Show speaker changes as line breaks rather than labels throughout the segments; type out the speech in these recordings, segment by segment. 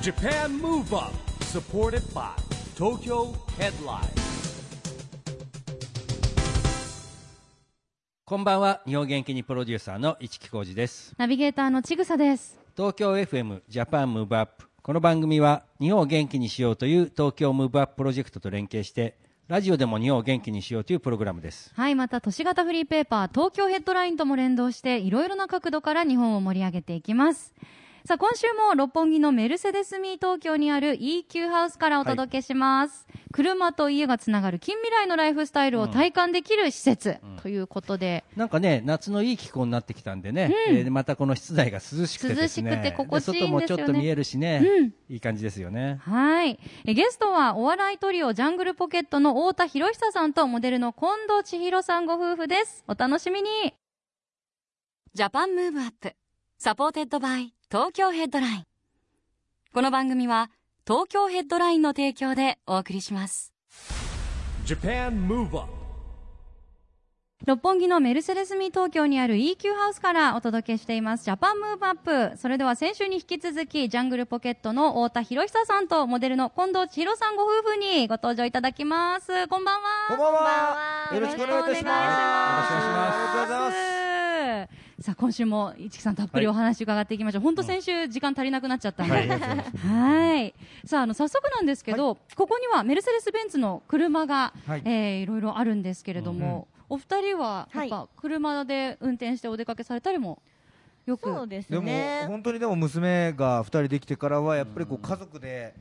Japan Move Up supported by Tokyo Headline
こんばんは日本元気にプロデューサーの市木浩司です
ナビゲーターのちぐさです。
東京 FM ジャパンムーブアップこの番組は日本を元気にしようという東京ムーブアッププロジェクトと連携してラジオでも日本を元気にしようというプログラムです
はい、また都市型フリーペーパー、東京ヘッドラインとも連動して、いろいろな角度から日本を盛り上げていきます。さあ、今週も六本木のメルセデスミー東京にある EQ ハウスからお届けします。車と家がつながる近未来のライフスタイルを体感できる施設、ということで、
なんかね夏のいい気候になってきたんでね、えーまたこの室内が涼しくてですね
涼しくて心地いいんです
外も
よね
ちょっと見えるしね、いい感じですよね
はい。えゲストはお笑いトリオジャングルポケットの太田博久さんとモデルの近藤千尋さんご夫婦です。お楽しみに。
ジャパンムーブアップサポーテッドバイ東京ヘッドラインこの番組は東京ヘッドラインの提供でお送りします
Japan Move Up
六本木のメルセデスミー東京にある EQ ハウスからお届けしていますジャパンムーブアップそれでは先週に引き続きジャングルポケットの太田博久さんとモデルの近藤千尋さんご夫婦にご登場いただきますこんばんは
こんばんは。よろしくお願いいた
よろしくお願い
します。
します
ありがとうございます。
さあ今週も市木さんたっぷりお話伺っていきましょう、本当先週時間足りなくなっちゃったんで、
はいありがとうございます
はい。さあ、あの、早速なんですけど、ここにはメルセデス・ベンツの車が、
はい
い、えーいろいろあるんですけれども、お二人は、やっぱ、車で運転してお出かけされたりも、よく。
そうです
でも
ね。
本当にでも娘が2人できてからはやっぱりこう家族で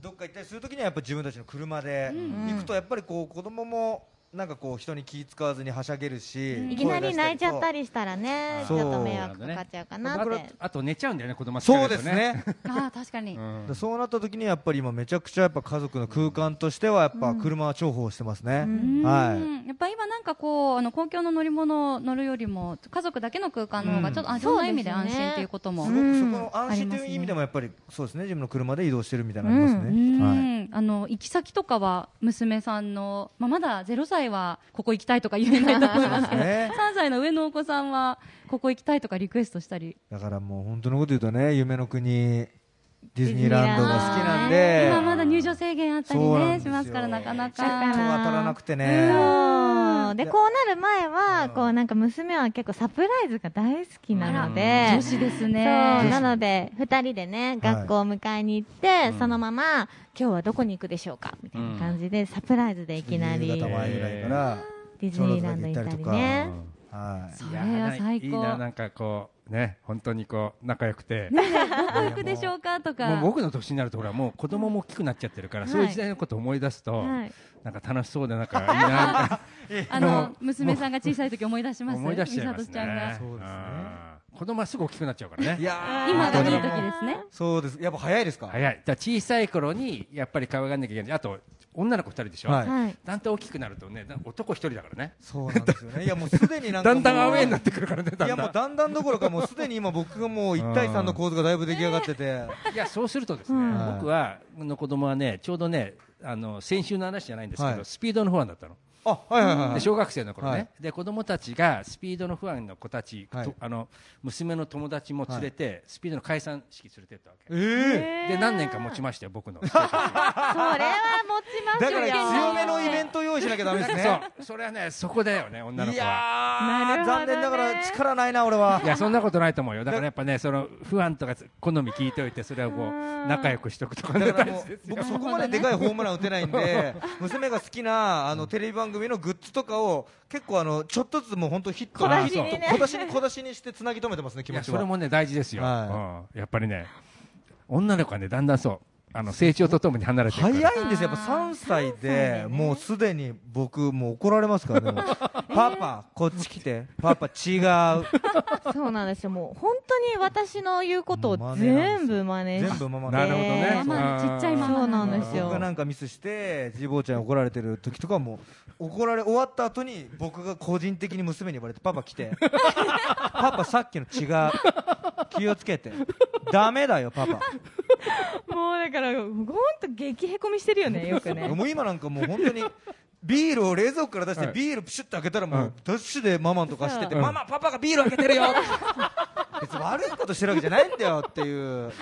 どっか行ったりするときにはやっぱ自分たちの車で行くとやっぱりこう子供もなんかこう人に気使わずにはしゃげるし
いきなり泣いちゃった
り
りしたらね、ち
そう
ょっと迷惑かかっちゃうかなっ
僕ら
て。
あと寝ちゃうんだよね子供
そうですね
ああ、確かに。
うん
でそうなったときにやっぱり今めちゃくちゃやっぱ家族の空間としてはやっぱ車は重宝してますね、
うん
は
やっぱ今なんかこうあの公共の乗り物を乗るよりも家族だけの空間の方がちょっと、あいろんな意味で
そう
安
ですね
心ということも
いすごくそこの
あ
安
り
心
ま
とい
す
う
ね
意味でもやっぱりそうですね自分の車で移動してるみたいなのありますね、
うん
はい
あの行き先とかは娘さんの、まあ、まだ0歳はここ行きたいとか言えないと思いますけど、
そうで
3
すね
歳の上のお子さんはここ行きたいとかリクエストしたり、
だからもう本当のこと言うとね夢の国ディズニーランドが好きなんで
今まだ入場制限あったり、
そうなん
ね、
です
し
よ
ますからなかな
チケッ
か
トが当たらなくてね
そうで、こうなる前は、こうなんか娘は結構サプライズが大好きなので
女、子です
そう、
ね。
なので、二人でね、学校を迎えに行って、そのまま、今日はどこに行くでしょうかみたいな感じで、サプライズでいきなり、
夕
デ
方前ぐらいから
ィズニーランド行ったりね。
はい
それは最
いやいいな
高。
なんかこうね本当にこう仲良くて、
どこ行くでしょうかと
もう
か。
僕の年になるとほらもう子供も大きくなっちゃってるから、
はい
そういう時代のことを思い出すと、
はい
なんか楽しそうでなんかいいなって
あの娘さんが小さい時思い出します。
思い出しちゃいま
美
す
里ちゃん
ね
が。
そうですね
うん子供はすぐ大きくなっちゃうから
い
ね
やー
今がいい時
本当に
ですね。
そうですやっぱ早いですか
早いだから小さい頃にやっぱり可愛がんなきゃいけないあと女の子二人でしょ、
はい
はい。
だんだん大きくなるとねだ男一人だからね
そうなんですよねいやもうすでになん
だ
かも
ん
う
だんアウェーになってくるからねだんだ
いや
ん
もうだんだんどころかもうすでに今僕がもう1対3の構図がだいぶ出来上がってて
いやそうするとですね、
うん
僕はの子供はねちょうどねあの先週の話じゃないんですけど、
はい
スピードの不安だったの
あはいはいは
で
いはい
小学生の頃ね、
はい
で子供たちがスピードの不安の子たち、と
はい
あの娘の友達も連れて、スピードの解散式連れてったわけ、
ええ
で何年か持ちましたよ僕の
それは持ちます
だ
よ。
から強めのイベント用意しなきゃダメですね
そうそれはねそこだよね女の
い
子は
や
なる
ー
ほど
残
ね
念ながら力ないな俺はい
やそんなことないと思うよだからやっぱねその不安とか好み聞いておいてそれはもう仲良くしとくとかね
だから
大
も
事
う
ですよ
僕そこまででかいホームラン打てないん で娘が好きなあのテレビ番組のグッズとかを結構あのちょっとずつもう本当ヒット
小出し
ヒ
に
ッ
ね
ト小出しに小出しにしてつなぎ止めてますね気
い
持
や
ち
それ
は
もね大事ですよ、
は
うんやっぱりね女の子はねだんだんそうあの成長とともに離れていくから
早いんですよやっぱ3歳でもうすでに僕もう怒られますから ねもうパパこっち来てパパ違う
そうなんですよ。もう本当に私の言うことを
真似なんですよ
全部真似
全
し
部ママ
なるほどね
マ
マ
うん
ちっちゃいママ
そうなんです
僕
よ
が。なんかミスしてじいぼうちゃんに怒られてる時とかも怒られ終わった後に僕が個人的に娘に言われてパパ来てパパさっきの違う気をつけてダメだよパパ
もうだから、本当激へこみしてるよね、よくね。
もう今なんかもう本当にビールを冷蔵庫から出して
はい
ビールプシュッと開けたらも
うん
うダッシュでママとかしてて
うん
ママパパがビール開けてるよ別に悪いことしてるわけじゃないんだよっていう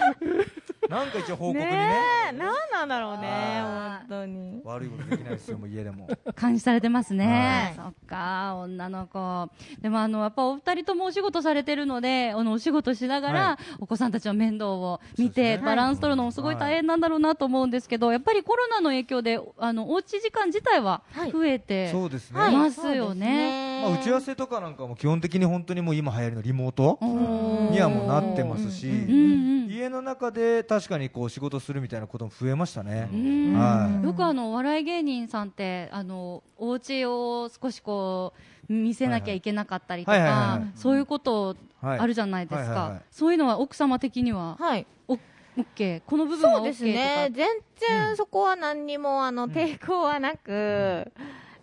なんか一応報告に
ね
ね
え、なんなんだろうね、
あー
本当に。
悪いことできないですよもう家でも
感じされてますね。
は
そっか、女の子。でもあの、やっぱお二人ともお仕事されてるので、あの、お仕事しながら、
は
お子さんたちの面倒を見
そうで
て、
すね
バランス取るのもすごい大変なんだろうなと思うんですけど、やっぱりコロナの影響で、あの、おうち時間自体は
はい
増えて、
そうですね、
はい
ま
ますよね
あ、打ち合わせとかなんかも基本的に本当にもう今流行りのリモート
おー
にはもうなってますし、
うんうん。
家の中で確かにこう仕事するみたいなことも増えましたね、
うん
は
よくあのお笑い芸人さんってあのお家を少しこう見せなきゃいけなかったりと
はいはいはいはい
か
はい
そういうこと
はい
あるじゃないです
はいはいはい
かそういうのは奥様的には
はい。
オッケーこの部分は
そ
オ
う
ッケ
で
ー
す
とか
ね。全然そこは何にも、あの、抵抗はなく、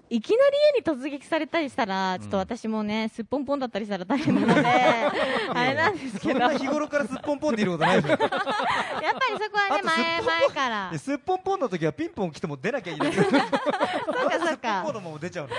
いきなり家に突撃されたりしたら、ちょっと私もね、すっぽんぽんだったりしたら大変な ので、あれなんです
そん
けど、
な
やっぱ
日頃からすっぽんぽんでいることないでしょ あとすっぽんぽ
りそこはね、前、
ん
前から
え。すっぽんぽんの時はピンポン来ても出なき ゃいいですよ
そうか、 そうか。
ポンのまま出ちゃうの
だ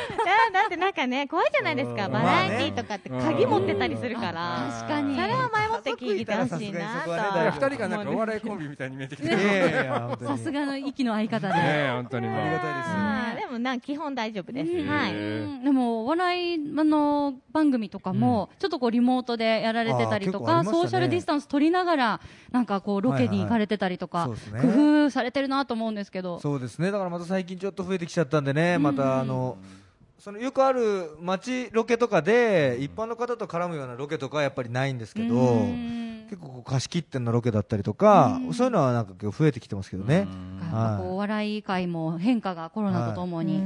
だってなんかね、怖いじゃないですか。
うん
バラエティーとかって鍵持ってたりするから。
確かに
それは前もって聞いてほしいなと。
家族い
二
たらさすがに
人がなんかお笑いコンビみたいに見えてきて
い
るね
やいやいや本当
さ
に
すがの息の相方で。
え本当にもう
ありがたいです
はいでもなん基本大丈夫です。は
へ
い。
ー
うんでも、お笑いあの番組とかも、ちょっとこうリモートでやられてたりとか、
あー結構ありましたね
ソーシャルディスタンス取りながら、なんかこうロケに行かれてたりとか、
はいはいそうですね
工夫されてるなと思うんですけど、
そうですねだからまた最近ちょっと増えてきちゃったんでねまたあの、そのよくある街ロケとかで一般の方と絡むようなロケとかはやっぱりないんですけど、
うん
結構こう貸し切ってのロケだったりとか、そういうのはなんか今日増えてきてますけどね、
やっぱこうお笑い界も変化がコロナとともに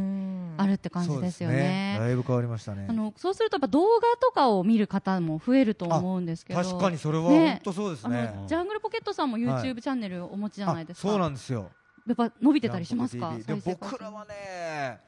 あるって感じですよ
そう
ね。
だいぶ変わりましたね
あのそうするとやっぱ動画とかを見る方も増えると思うんですけど
確かにそれは
ね
本当そうですね
あのジャングルポケットさんも YouTube チャンネルお持ちじゃないですか、
そうなんですよ
やっぱ伸びてたりしますか
ジャン
再
ボ
生回
リ TV で
数
僕らはね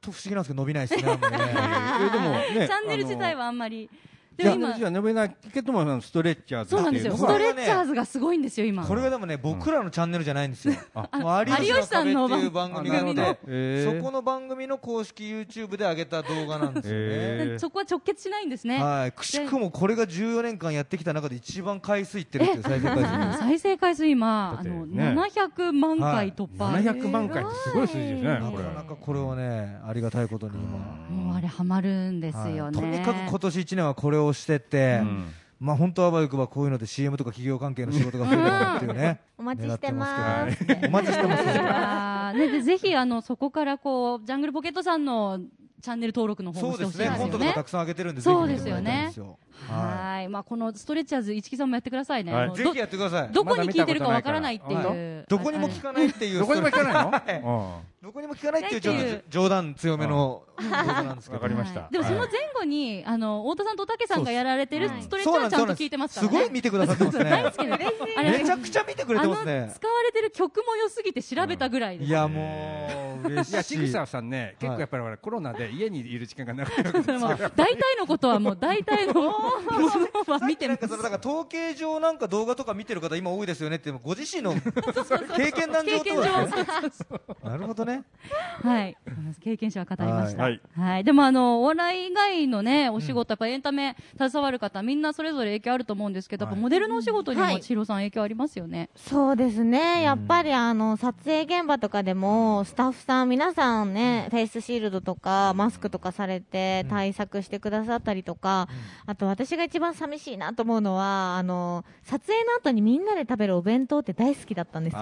と不思議なんですけど伸びないですねあ んまり
えでも
チ
ね
ね
ャンネル自体はあんまり
で
で
も
も
今
今
じゃあ、べないけども、あのストレッチャーズ
そうなんですよ
ってい
ス
僕
ト
らはね
レッチャーズがすごいんですよ今
これがでもね僕らのチャンネルじゃないんですよもう
有吉さんの
壁っていう番組があっ
あなる
て
ほどへー
そこの番組の公式 YouTube で上げた動画なんですよ
へ
ね
ー
そこは直結しないんですね
はいくしくもこれが14年間やってきた中で一番回数いってるっていう再生回数
再生回数今、
だって
あの
ね
700万回突破、
700万回ってすごい数字ですね
な、
こ
か
れ。
なかこれはねありがたいことに今
もうあれハマるんですよ
は
ね、
いとにかく今年1年はこれをしてって、
うん
まあ本当はあばよくばこういうので CM とか企業関係の仕事が増えるなっていうね、
お待ちしてま
狙ってま
す。
すけどねお待ちしてます
いやーね でぜひあのそこからこうジャングルポケットさんのチャンネル登録の 方
そ
も
う
して
で
ほし
す
いですよ
ね
ね。
コントとかたくさん上げてるんで
そうですよね
ぜひ見てもらいたいんですよは
はい、まあこのストレッチャーズ一木さんもやってくださいね。
はい
あの
い
ど
ぜひやってください
どこに聞いてるかわからないってい
まだ見たこと
う。
どこにも聞かないっていう
どこにも行かない
はい
の
どこにも聞かないっていうちょっ
ないってい
と冗談強めの動画なんですけ
わ
ど
かりました
はいでもその前後に、あの太田さんと竹さんがやられてる
そうです
ストレッチャ
そう
ー
な
ズちゃと
んですそうんなん
聞いて
で
ますす
す
から
ごい
ね。
見てくださっ てますね
好きなんですあれ
めちゃくちゃ見てくれ
あ
て
の
ます
使わ
ね
れてる曲も良すぎて調べたぐらいで
い
す。
やもう嬉しい
いや、ちぐささんね、結構やっぱりほらコロナで家にいる時間が長いわけです
それ
よ。
も大体のことはもう大 体のものは見て
なん
ま
か
す
そ。のだから統計上なんか動画とか見てる方今多いですよねってご自身の経験談上
経験上、
とか
そうそうそう
なるほどね
はい、経験者は語りました。
は
はいい、でもあのお笑い以外のね、お仕事、やっぱエンタメ携わる方、みんなそれぞれ影響あると思うんですけど、やっぱ
はい
モデルのお仕事に
は
も
い
千尋さん影響ありますよね。
そうですね。やっぱりあの、撮影現場とかでも、スタッフさん、皆さんね、フェイスシールドとか、マスクとかされて、対策してくださったりとか、あと私が一番寂しいなと思うのは、あの、撮影の後にみんなで食べるお弁当って大好きだったんですよ。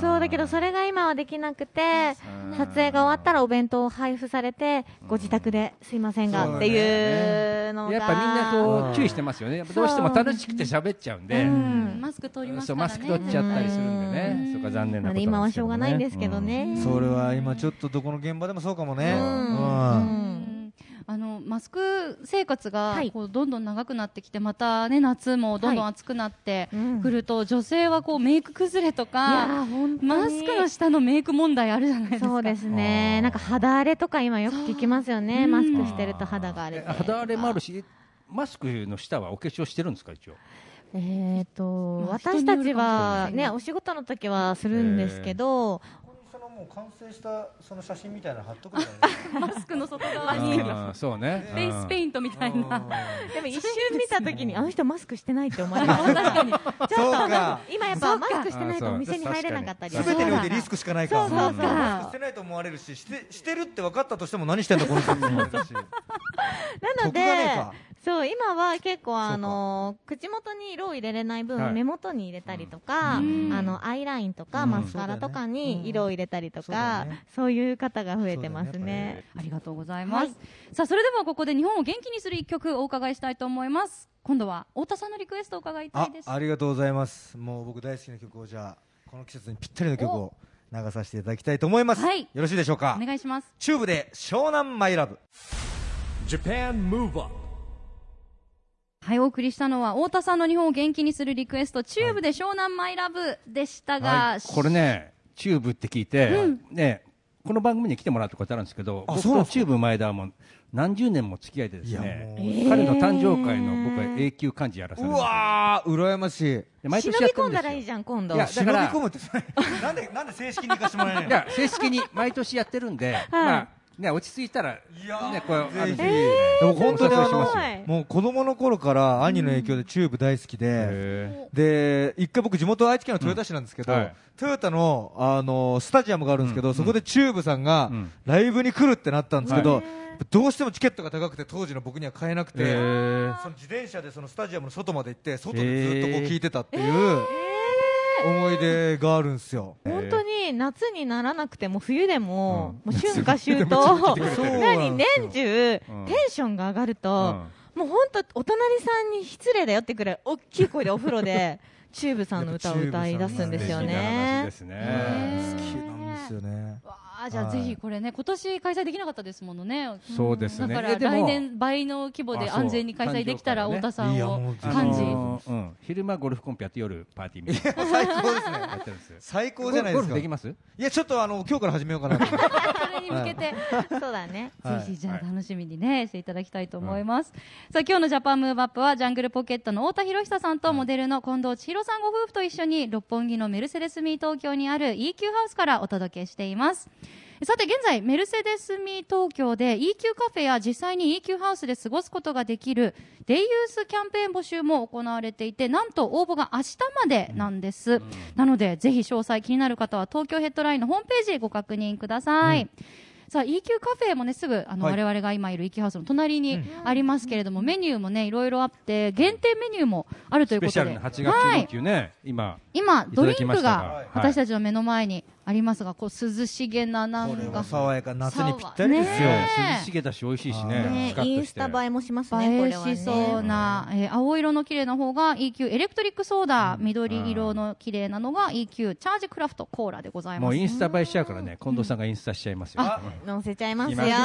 そうだけど、それが今はできなくて、撮影が終わったらお弁当を配布されて、ご自宅ですいませんがっていうのが。
やっぱみんなこう注意してますよね。やっぱどうしても楽しくて喋っちゃうんで。
うん、マスク取ります
そう
から
マス
ね。
ク取っちゃったりするんでね、そこは残念なこ
なの
と
で今はしょうがないんですけど。ね。
それは今ちょっとどこの現場でもそうかもね
う
う
ん
ん
うんあのマスク生活が
はい
こうどんどん長くなってきて、またね夏もどんどん
はい
暑くなって
うん
くると、女性はこうメイク崩れとか、マスクの下のメイク問題あるじゃないですか。
そうですね。なんか肌荒れとか今よく聞きますよね。マスクしてると肌が荒れて。
肌荒れもあるし、マスクの下はお化粧してるんですか、一応。
えっと、
まあ
私たちは
人によるかもしれない
ね、お仕事の時はするんですけど、
そのもう完成したその写真みたいなの貼っとくんだよね
マスクの外側にフ
あーそうね
ェイスペイントみたいな
でも一瞬見たときに、あの人マスクしてないって思 われます。確かに。ちょっと、
そうか
今やっぱマスクしてないとお店に入れなかったり。
すべてにおいてリスクしかないから
そうそうそう
マスクしてないと思われるししてしてるって分かったとしても何してんだこの人 って思われるし
なの
得がねえ
で
か、
そう、今は結構あの、口元に色を入れれな
はい
い分、目元に入れたりとか、あ
ん
の、アイラインと
う
か、
ん
マスカラとかに色を入れたりと
そうだよ
か
ね、
そういう方が増えてま
そう
す
だよねやっぱり
ね
ね。
ありがとうございます、
はい
さあそれではここで日本を元気にする一曲お伺いしたいと思います今度は太田さんのリクエストを伺いた
あ
いです
ありがとうございますもう僕大好きな曲をじゃあこの季節にぴったりの曲を流させていただきたいと思います、
はい
よろしいでしょうか
お願いします
チューブで湘南マイラブ
Japan Move Up
はい、お送りしたのは太田さんの日本を元気にするリクエスト、チューブで湘南マイラブでしたが、
これね、チューブって聞いて、ね、この番組に来てもらうってことあるんですけど、
あ
僕
そうなん
と
ですか
チューブ前田はもう何十年も付き合いでです
いやも
ね
う、
彼の誕生会の僕は永久幹事やらされ
う
てます
わー羨ましい
で毎
忍
年
び
やってる
込ん
んです
だ
よ。
らいいじゃん、今度
い。や
忍
だ
び
から
込むってそれなんで なんで正式に行かしてもらえない
い
の
や正式に 毎年やってるんで、まあね、落ち着いたら、
いやー
ね、これあるん
ぜひ
で、
でも本当にあ
お誘いし
ますよ
のもう子供の頃から兄の影響でチューブ大好きで、
へ
で一回僕地元愛知県の豊田市なんですけど、
うんはい
トヨタのあのスタジアムがあるんですけど、そこでチューブさんが
うん
ライブに来るってなったんですけど、
は
どうしてもチケットが高くて当時の僕には買えなくて、
へー
その自転車でそのスタジアムの外まで行って外でずっとこう聞いてたっていう、思い出があるんですよ。
本当に夏にならなくても冬でも、もう春夏秋冬、
そうなんですよ
何年中、
うん
テンションが上がる
う
と
ん、
もう本当お隣さんに失礼だよってくらい大きい声でお風呂でチューブさんの歌を歌い出すんですよ
素敵な話
ね
で。す
好
ね。
きなんです よね。
わあじゃあぜひこれね、今年開催できなかったですものね。
そうですね
だか
い
ら
やでも
来年倍の規模で
あそう
安全に開催できたら
誕
太
生会ね
田さん
いやも
を
うぜひ
感じ。
あのーうん昼間ゴルフコンペやって夜パーティーみたいな
最高です
や
ね。
ってるんですよ
最高じゃないで
ゴルフ
すか。
でき
い
ます
やちょっとあの今日から始めようかなと思って。
それに向けて。
そうだね。
はい
ぜひじゃあ楽しみにねしていただきたいと思います、さあ今日のジャパンムーブアップはジャングルポケットの太田博久さんとモデルの近藤千尋さんご夫婦と一緒に六本木のメルセデスミー東京にある EQ ハウスからお届けしていますさて現在メルセデスミー東京で EQ カフェや実際に EQ ハウスで過ごすことができるデイユースキャンペーン募集も行われていてなんと応募が明日までなんです、なのでぜひ詳細気になる方は東京ヘッドラインのホームページご確認ください、さあ EQ カフェもねすぐあの、
はい
我々が今いる EQ ハウスの隣にありますけれども、メニューもねいろいろあって限定メニューもあると
ス
いうこ
ペ
と
シャ
で
ルな8月
は
19
い
日ね、今。
今
い
ド
ただ
リン
きまし
ク
たがは
が
い
私たちの目の前にありますが、こう涼しげななん
これは
か
爽やか夏にぴったりですよ。
ねえ
涼しげだし美味しいしね
ね
スカ
イ
ッと
ン
し
ス
て
タ映えもしますね、こ
映え
れは
しそう
ね。
な、えー青色の綺麗な方が EQ エレクトリックソーダ、緑色の綺麗なのが EQ チャージクラフトコーラでござい
も
ま
う
す
インスタ映えしちゃうからね近藤さんがインスタしちゃいますよ
載せちゃいます
い
よ
ま。 すね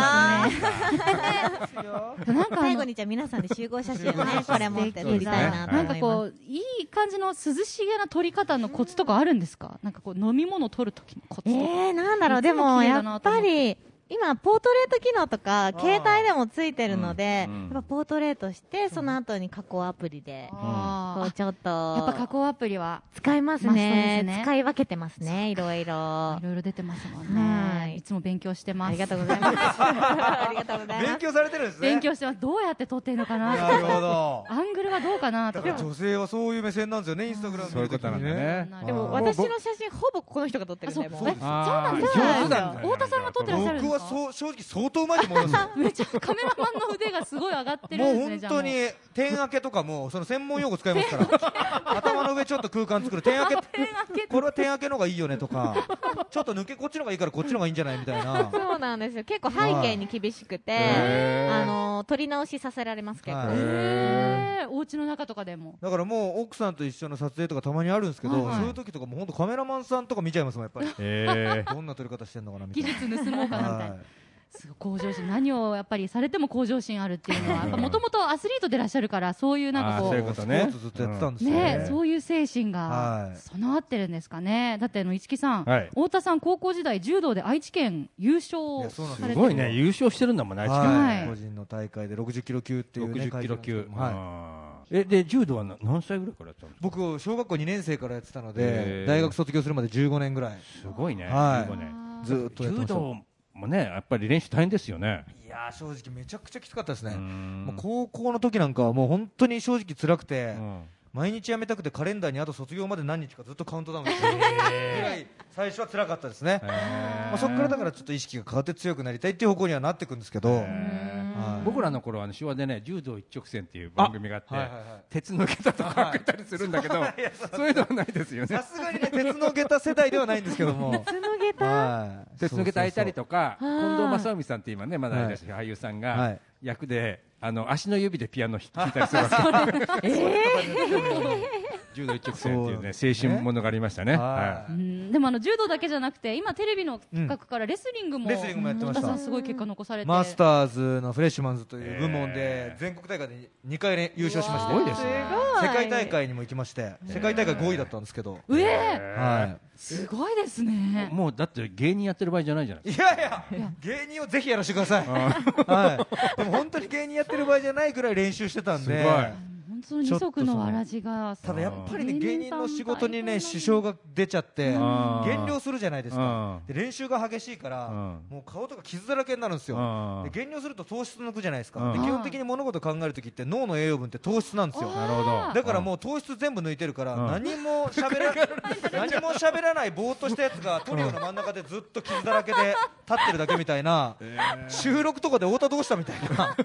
なんかあの
最後にじゃあ皆さんで集合写真をね、これ持って撮りたいなと
な
思い
ん
ま
か
す。
こういい感じの涼しげな取り方のコツとかあるんですかなんかこう飲み物取る時のコツと
え
か、
ー、なんだろう、
いつ
で
も
も
綺麗
や
だな
っ
と思
ぱ
って
り、今、ポートレート機能とか、
ー
携帯でもついてるので、
うんうん
やっぱポートレートして、その後に加工アプリで、こ
あ
う
ー
ちょっと、
やっぱ加工アプリは
使います
マストで
ね
すね
使い分けてますね、いろいろ。
い
あ
ろいろ出てますもん
は
ね
い
いつも勉強してます
りがとうございます。ありがと うございま
勉
す。
強されてるんですね。
勉強してますどうやって撮ってるのかな
なるほ ど。
アングルはどうかな
だ
と
から
か
女性はそういう目線なんですよね、インスタグラム
そういうことなんだね
あー
でも私の写真、ほぼこの人が撮ってるんで、
あ
も
そう
う
え。
あー
そうなんです
上手なんだよ
太田さんが撮ってらっしゃるんです
僕
か
はそう正直相当うまいと思いま
めちゃカメラマンの腕がすごい上がっ
す
て
よ。
る
も
ん
う
ですね
本
じゃあ
当に点開けとかもその専門用語使いますか ら頭の上ちょっと空間作る点開けこれは点開けの方がいいよねとかちょっと抜けこっちの方がいいからこっちの方がいいんじゃないみたいな
そうなんですよ。結構背景に厳しくて、
へー
あの、撮り直しさせられます、結
は
構
い。
へーお家の中とかでも
だからもう奥さんと一緒の撮影とかたまにあるんですけど、
はいはい
そういう時とかもう本当カメラマンさんとか見ちゃいますもんやっぱり
え
どんな撮り方してんのかなみた
技
いな。
術盗も うかなみたいな
はい
すごい向上心何をやっぱりされても向上心あるって いうのはもともとアスリートでいらっしゃるからそういうなんかこ
あーそういう
う
ことね
スポーツずっとやってたんですよ
ね、そうういう精神が
はい
備わってるんですかね、だってあの市木さん、
はい
太田さん、高校時代、柔道で愛知県優勝
そうなん
ー
ですす
ごいね優勝してるんだもんね愛知県
は
はい
い、個人の大会で60キロ級っていう、ね、
60キロ級
階級なんですけどもはい、
いえで柔道はな何歳ぐらいからやったんですか
僕、小学校2年生からやってたの
へ
で
ー、
大学卒業するまで15年ぐらい、
すごいね
はい
15年
ずーっとやって
柔
ました
道もね、やっぱり練習大変ですよね。
いやー正直めちゃくちゃきつかったですね、
も
もう高校の時なんかはもう本当に正直辛くて、
うん
毎日辞めたくてカレンダーにあと卒業まで何日かずっとカウントダウンしてるぐらい最初は辛かったですね、まあ、そこからだからちょっと意識が変わって強くなりたいっていう方向にはなっていくんですけど、はい
僕らの頃はあの昭和でね柔道一直線っていう番組があって
あはいはいはい
鉄の桁とか開けたりするんだけど、そういうのはないですよね
さすがにね鉄の下駄世代ではないんですけど も
つなげた。
はい
鉄の桁開いたりとか
そうそう
近藤正臣さんって今ねまだあれだし俳優さん
は
が
い
役であの足の指でピアノ弾いたりするわけ柔道一直線っていうね
そう
青春ものがありましたね
は
はいい
うんでもあの柔道だけじゃなくて今テレビの企画からレスリングも、
レスリングもやってました
太田さんすごい結果残されて
マスターズのフレッシュマンズという部門
え
で全国大会で2回連優勝しまして
すごいですね
ごい
世界大会にも行きまして世界大会5位だったんですけど、
うえ
は
すごいですね
もうだって芸人やってる場合じゃないじゃない
い、いやいや芸人をぜひやらせてください、はい、でも本当に芸人やってる場合じゃないぐらい練習してたんです
ごい
本当に二足のわらじが
ただやっぱりね
うん
芸人の仕事にね
芸人さん
支障が出ちゃって
ん
減量するじゃないですか
うん
で練習が激しいから
うん
もう顔とか傷だらけになるんですよ
うん
で減量すると糖質抜くじゃないです
うん
かで基本的に物事考える時って脳の栄養分って糖質なんですよ
なるほど
だからもう糖質全部抜いてるから
うん
何も 喋ら何も喋らないぼーっとしたやつがトリオの真ん中でずっと傷だらけで 立ってるだけみたいな収録とかで太田どうしたみたいな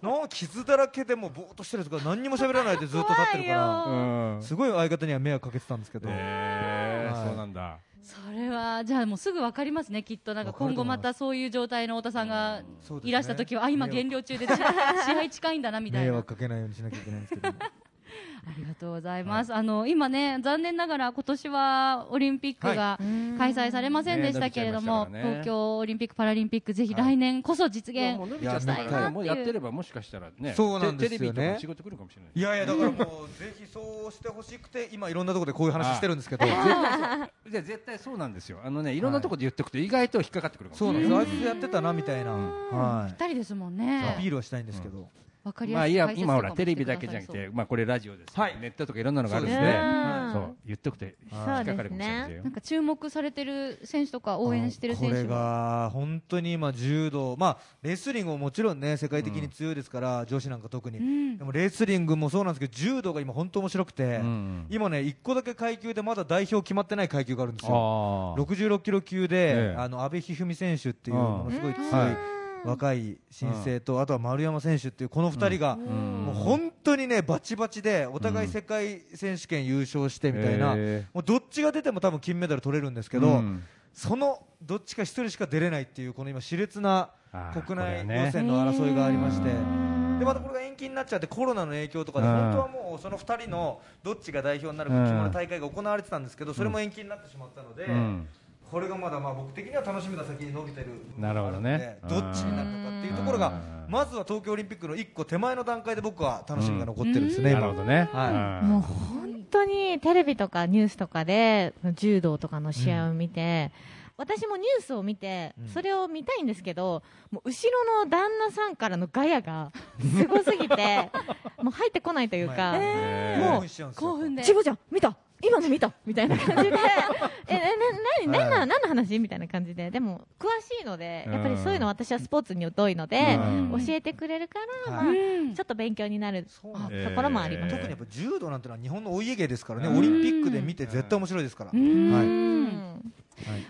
の傷だらけでもうぼーっとしてるやつが何にも喋らないでずっと立ってるから
うん
すごい相方には迷惑かけてたんですけど、
え
は
ー
い
そうなんだ
それはじゃあもうすぐわかりますねきっとなんか
わかる
今
と
後
思い
ま
ます
たそういう状態の太田さんが
そうですね
いらした時はあ今減量中でじゃあ試合近いんだなみたい
迷
な
惑かけないようにしなきゃいけないんですけども
ありがとうございます、あの今ね残念ながら今年はオリンピックが開催されませんでしたけれども、
ね伸びちゃいましたからね
東京オリンピック・パラリンピックぜひ来年こそ実現、
もう伸びちゃったからね
や
もうやってればもしかしたらね
そうなんです
テテレ
よね
ビとかも仕事来るかもしれない
いやいやだからもうぜひそうしてほしくて今いろんなところでこういう話してるんですけど
で絶対そうなんですよあのねいろんなところで言っておくと意外と引っかかってくるかもし
そ
れ
う
な
ないんですあいつやってたなみたいな、は
ぴったりですもん
い、アピー
ね
ルはしたいんですけど、
わかりや
ますあ
い
いや
解説とか
今
も
ほらテレビだけじゃなく
してくださ
て
いそう
まあこれラジオです、
はい
ネットとかいろんなのがあるんで
そうですね
そ
そう
言っとくと引っ
はい
かかるかもしれないですよ
なんか注目されてる選手とか応援してる選
こ
手
れが本当に今、柔道、まあ、レスリングももちろんね世界的に強いですから、女子なんか特に、
ん
でもレスリングもそうなんですけど柔道が今、本当面白くて、
うん
今ね、1個だけ階級でまだ代表決まってない階級があるんですよ。
あー
66キロ級で、
ええ
あの阿部一二三選手っていう、
うん
ものすごい強い
はい
若い新星と、あとは丸山選手っていう、この2人が、
ん
もう本当にね、バチバチで、お互い世界選手権優勝してみたいな、
うんへえ
もうどっちが出ても多分金メダル取れるんですけど、
うん
そのどっちか1人しか出れないっていう、この今、熾烈な
あー
国
こ
内
れはね
予選の争いがありまして。でまたこれが延期になっちゃってコロナの影響とかで
うん
本当はもうその2人のどっちが代表になるか決まる大会が行われてたんですけどそれも延期になってしまったので、
うん
これがまだまあ僕的には楽しみな先に伸びてる部分
なるほどね
があるのでどっちになるのかっていうところが
うん
まずは東京オリンピックの一個手前の段階で僕は楽しみが残ってるんですね、
なるほどね、
は
うん
もう本当にテレビとかニュースとかで柔道とかの試合を見て、私もニュースを見てそれを見たいんですけど、もう後ろの旦那さんからのガヤがすごすぎてもう入ってこないというか、
今
もう
しちゃうんですよ
興奮で
ちぼちゃん見た今の見たみたいな感じで え、え、な、な、な、何の話みたいな感じで、でも、詳しいので、やっぱりそういうの私はスポーツに疎いので
う、
ん
教えてくれるから、
は
まあ
うん
ちょっと勉強になる
そうなんです
ところもあります。
特にやっぱ柔道なんてのは日本のお家芸ですからね
うん
オリンピックで見て絶対面白いですから、
うん
はい
うん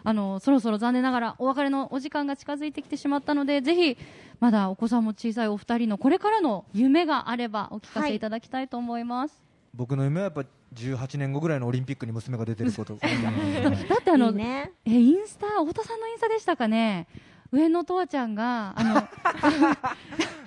あのそろそろ残念ながらお別れのお時間が近づいてきてしまったのでぜひまだお子さんも小さいお二人のこれからの夢があればお聞かせいただきたいと思います、
僕の夢はやっぱ18年後ぐらいのオリンピックに娘が出てること
だってあの
いいね。
えインスタ太田さんのインスタでしたかね上のとわちゃんがあ の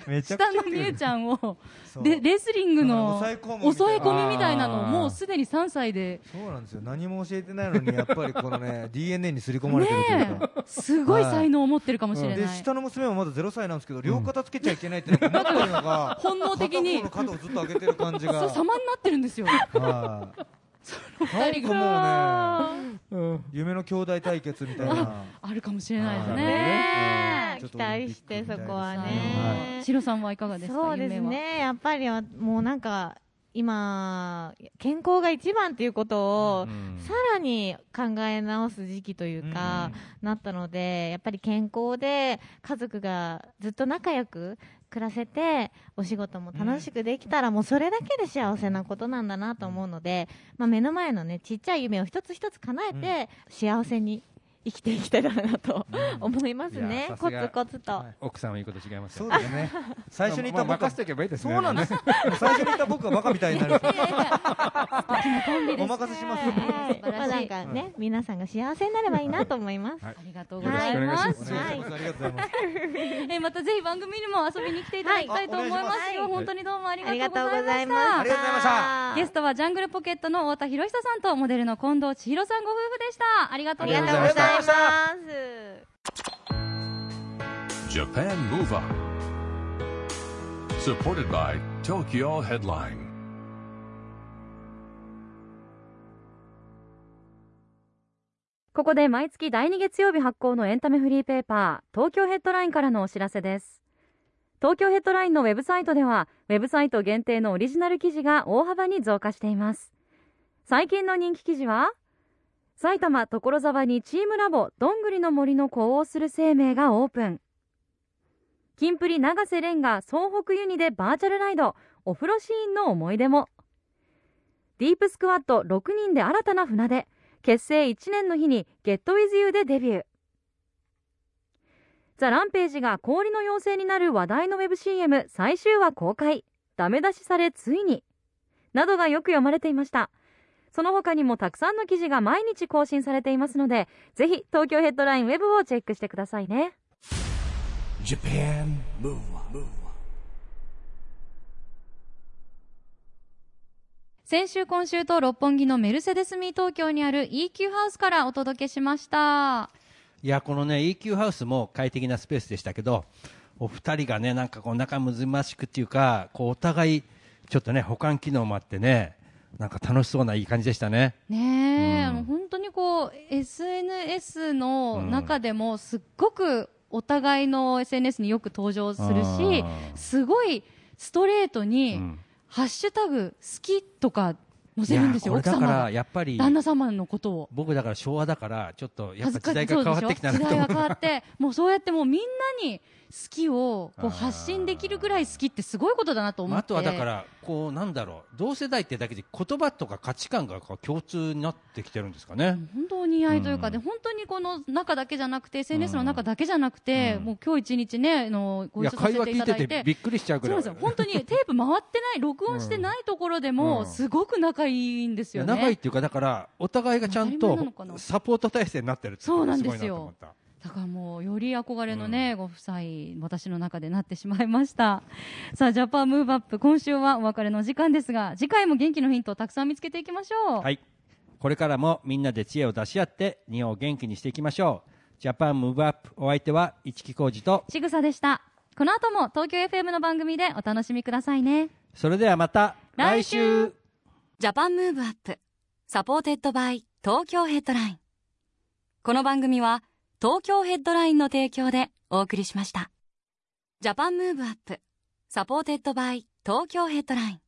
めちゃくちゃ
下のみゆちゃんを
そう
でレスリングの
だから
抑
抑
え
え
込
込
み
み
み
み
た
た
い
いな
なのを
あー
もうすでに3歳で
そうなんですよ何も教えてないのにやっぱりこ のね DNA に刷り込まれ
ね
てるというか
えすごい才能を持ってるかもしれない、
で下の娘もまだ0歳なんですけど両肩つけちゃいけないってなんか思ってるのが
本能的に
片方の肩をずっと上げてる感じが
そう様になってるんですよ
はい
二人
なんかもうね夢の兄弟対決みたいな
あるかもしれないですね
ね
ちょっ
期
とオリンピック
待して、
みた
そ
いですね
こは
は
ね。
シロさんはいかがですか
そうです
夢は
ね、やっぱりもうなんか、今健康が一番ということを、さらに考え直す時期というか、なったのでやっぱり健康で家族がずっと仲良く暮らせてお仕事も楽しくできたら、もうそれだけで幸せなことなんだなと思うので、まあ、目の前の、ね、ちっちゃい夢を一つ一つ叶えて、幸せに生きていきたいなと思います
い
ね
やさ、す
コ
が
ツコツと。
はい
奥さんは言うこと違います
そ
よ
うですね。最初に言った
まあ
僕は
任せておけばいいです
そ
ね
うなんです。最初に言った僕はバカみたいになる。お任せします。
はいまあなんかね、皆さんが幸せになればいいなと思います。
はい
ありがとうご
よろ
ざ
し
い
くお願い
ま
し
す
ま
お
す
願いしますありがとうございます。
えーまたぜひ番組にも遊びに来ていただきたいと思いますよ、
はいはい
本当にどうもあり
あり
が
が
と
と
う
う
ご
ご
ざ
ざ
い
い
ました
ま
あ
した。
りがとうございました
ゲストはジャングルポケットの太田博久さんとモデルの近藤千尋さんご夫婦でしたありがと
あ
う
り
ござい
が
まし
とう
た
ございます。
Japan Move Up. Supported by Tokyo Headline.
ここで毎月第2月曜日発行のエンタメフリーペーパー東京ヘッドラインからのお知らせです東京ヘッドラインのウェブサイトではウェブサイト限定のオリジナル記事が大幅に増加しています最近の人気記事は埼玉所沢にチームラボどんぐりの森の呼応する生命がオープンキンプリ永瀬廉が総北ユニでバーチャルライドお風呂シーンの思い出もディープスクワット6人で新たな船出結成1年の日に「GetWithYou」でデビューザ・ランページが氷の妖精になる話題のウェブ CM 最終話公開ダメ出しされついになどがよく読まれていましたその他にもたくさんの記事が毎日更新されていますのでぜひ東京ヘッドラインウェブをチェックしてくださいね
Japan Move Up.
先週今週と六本木のメルセデスミー東京にある EQ ハウスからお届けしました
いやこのね EQ ハウスも快適なスペースでしたけどお二人がねなんかこう仲むずましくっていうかこうお互いちょっとね保管機能もあってねなんか楽しそうないい感じでしたね
ねえ、
うん
あの本当にこう SNS の中でもすっごくお互いの SNS によく登場する
あ
し
ー
すごいストレート
う
に
ん
「ハッシュタグ好き」とか載
い
せるんですよ
やこ
奥
れだ
様
から
が
やっぱり
旦那様のことを
僕だから昭和だからちょっとやっぱ時代
い
が
そう
変わ
でし
っ
ょ
てきたな
時
と
代
思
が
う
変わって もうそうやってもうみんなに好きをこ
あー
う発信できるぐらい好きってすごいことだなと思
ま
って
あ、あとはだからこうなんだろう同世代ってだけで言葉とか価値観がこう共通になってきてるんですかね、
本当お似合いというか、
うん
で本当にこの中だけじゃなくて SNS の中だけじゃなくて、
うん
もう今日一日ねあのご
いや
一緒さ
会
せ
話
てい
聞
た
いて
だい
て
て。
びっくりしちゃうぐ
そう
ら
ないんですよ本当にテープ回ってない、録音してないところでも、
うん
すごく仲いいんですよ
いや仲いいっ
ね、
ていうかだからお互いがちゃん
当たり前な
と
のかな
サポート体制になってるってい
そ
の
うな
が
ん
す
で
ごい
す
なと
よ
思った
だからもう、より憧れのね、ご夫妻、私の中でなってしまいました、 さあ、ジャパンムーブアップ、今週はお別れの時間ですが、次回も元気のヒントをたくさん見つけていきましょう。
はいこれからもみんなで知恵を出し合って日本を元気にしていきましょうジャパンムーブアップお相手は市木浩二と
ちぐさでしたこの後も東京 FM の番組でお楽しみくださいね
それではまた
来週
来週
ジャパンムーブアップサポーテッドバイ東京ヘッドラインこの番組は東京ヘッドラインの提供でお送りしましたジャパンムーブアップサポーテッドバイ東京ヘッドライン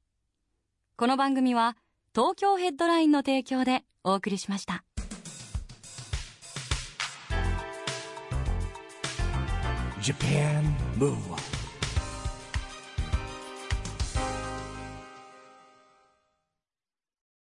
この番組は東京ヘッドラインの提供でお送りしました
Japan Move Up.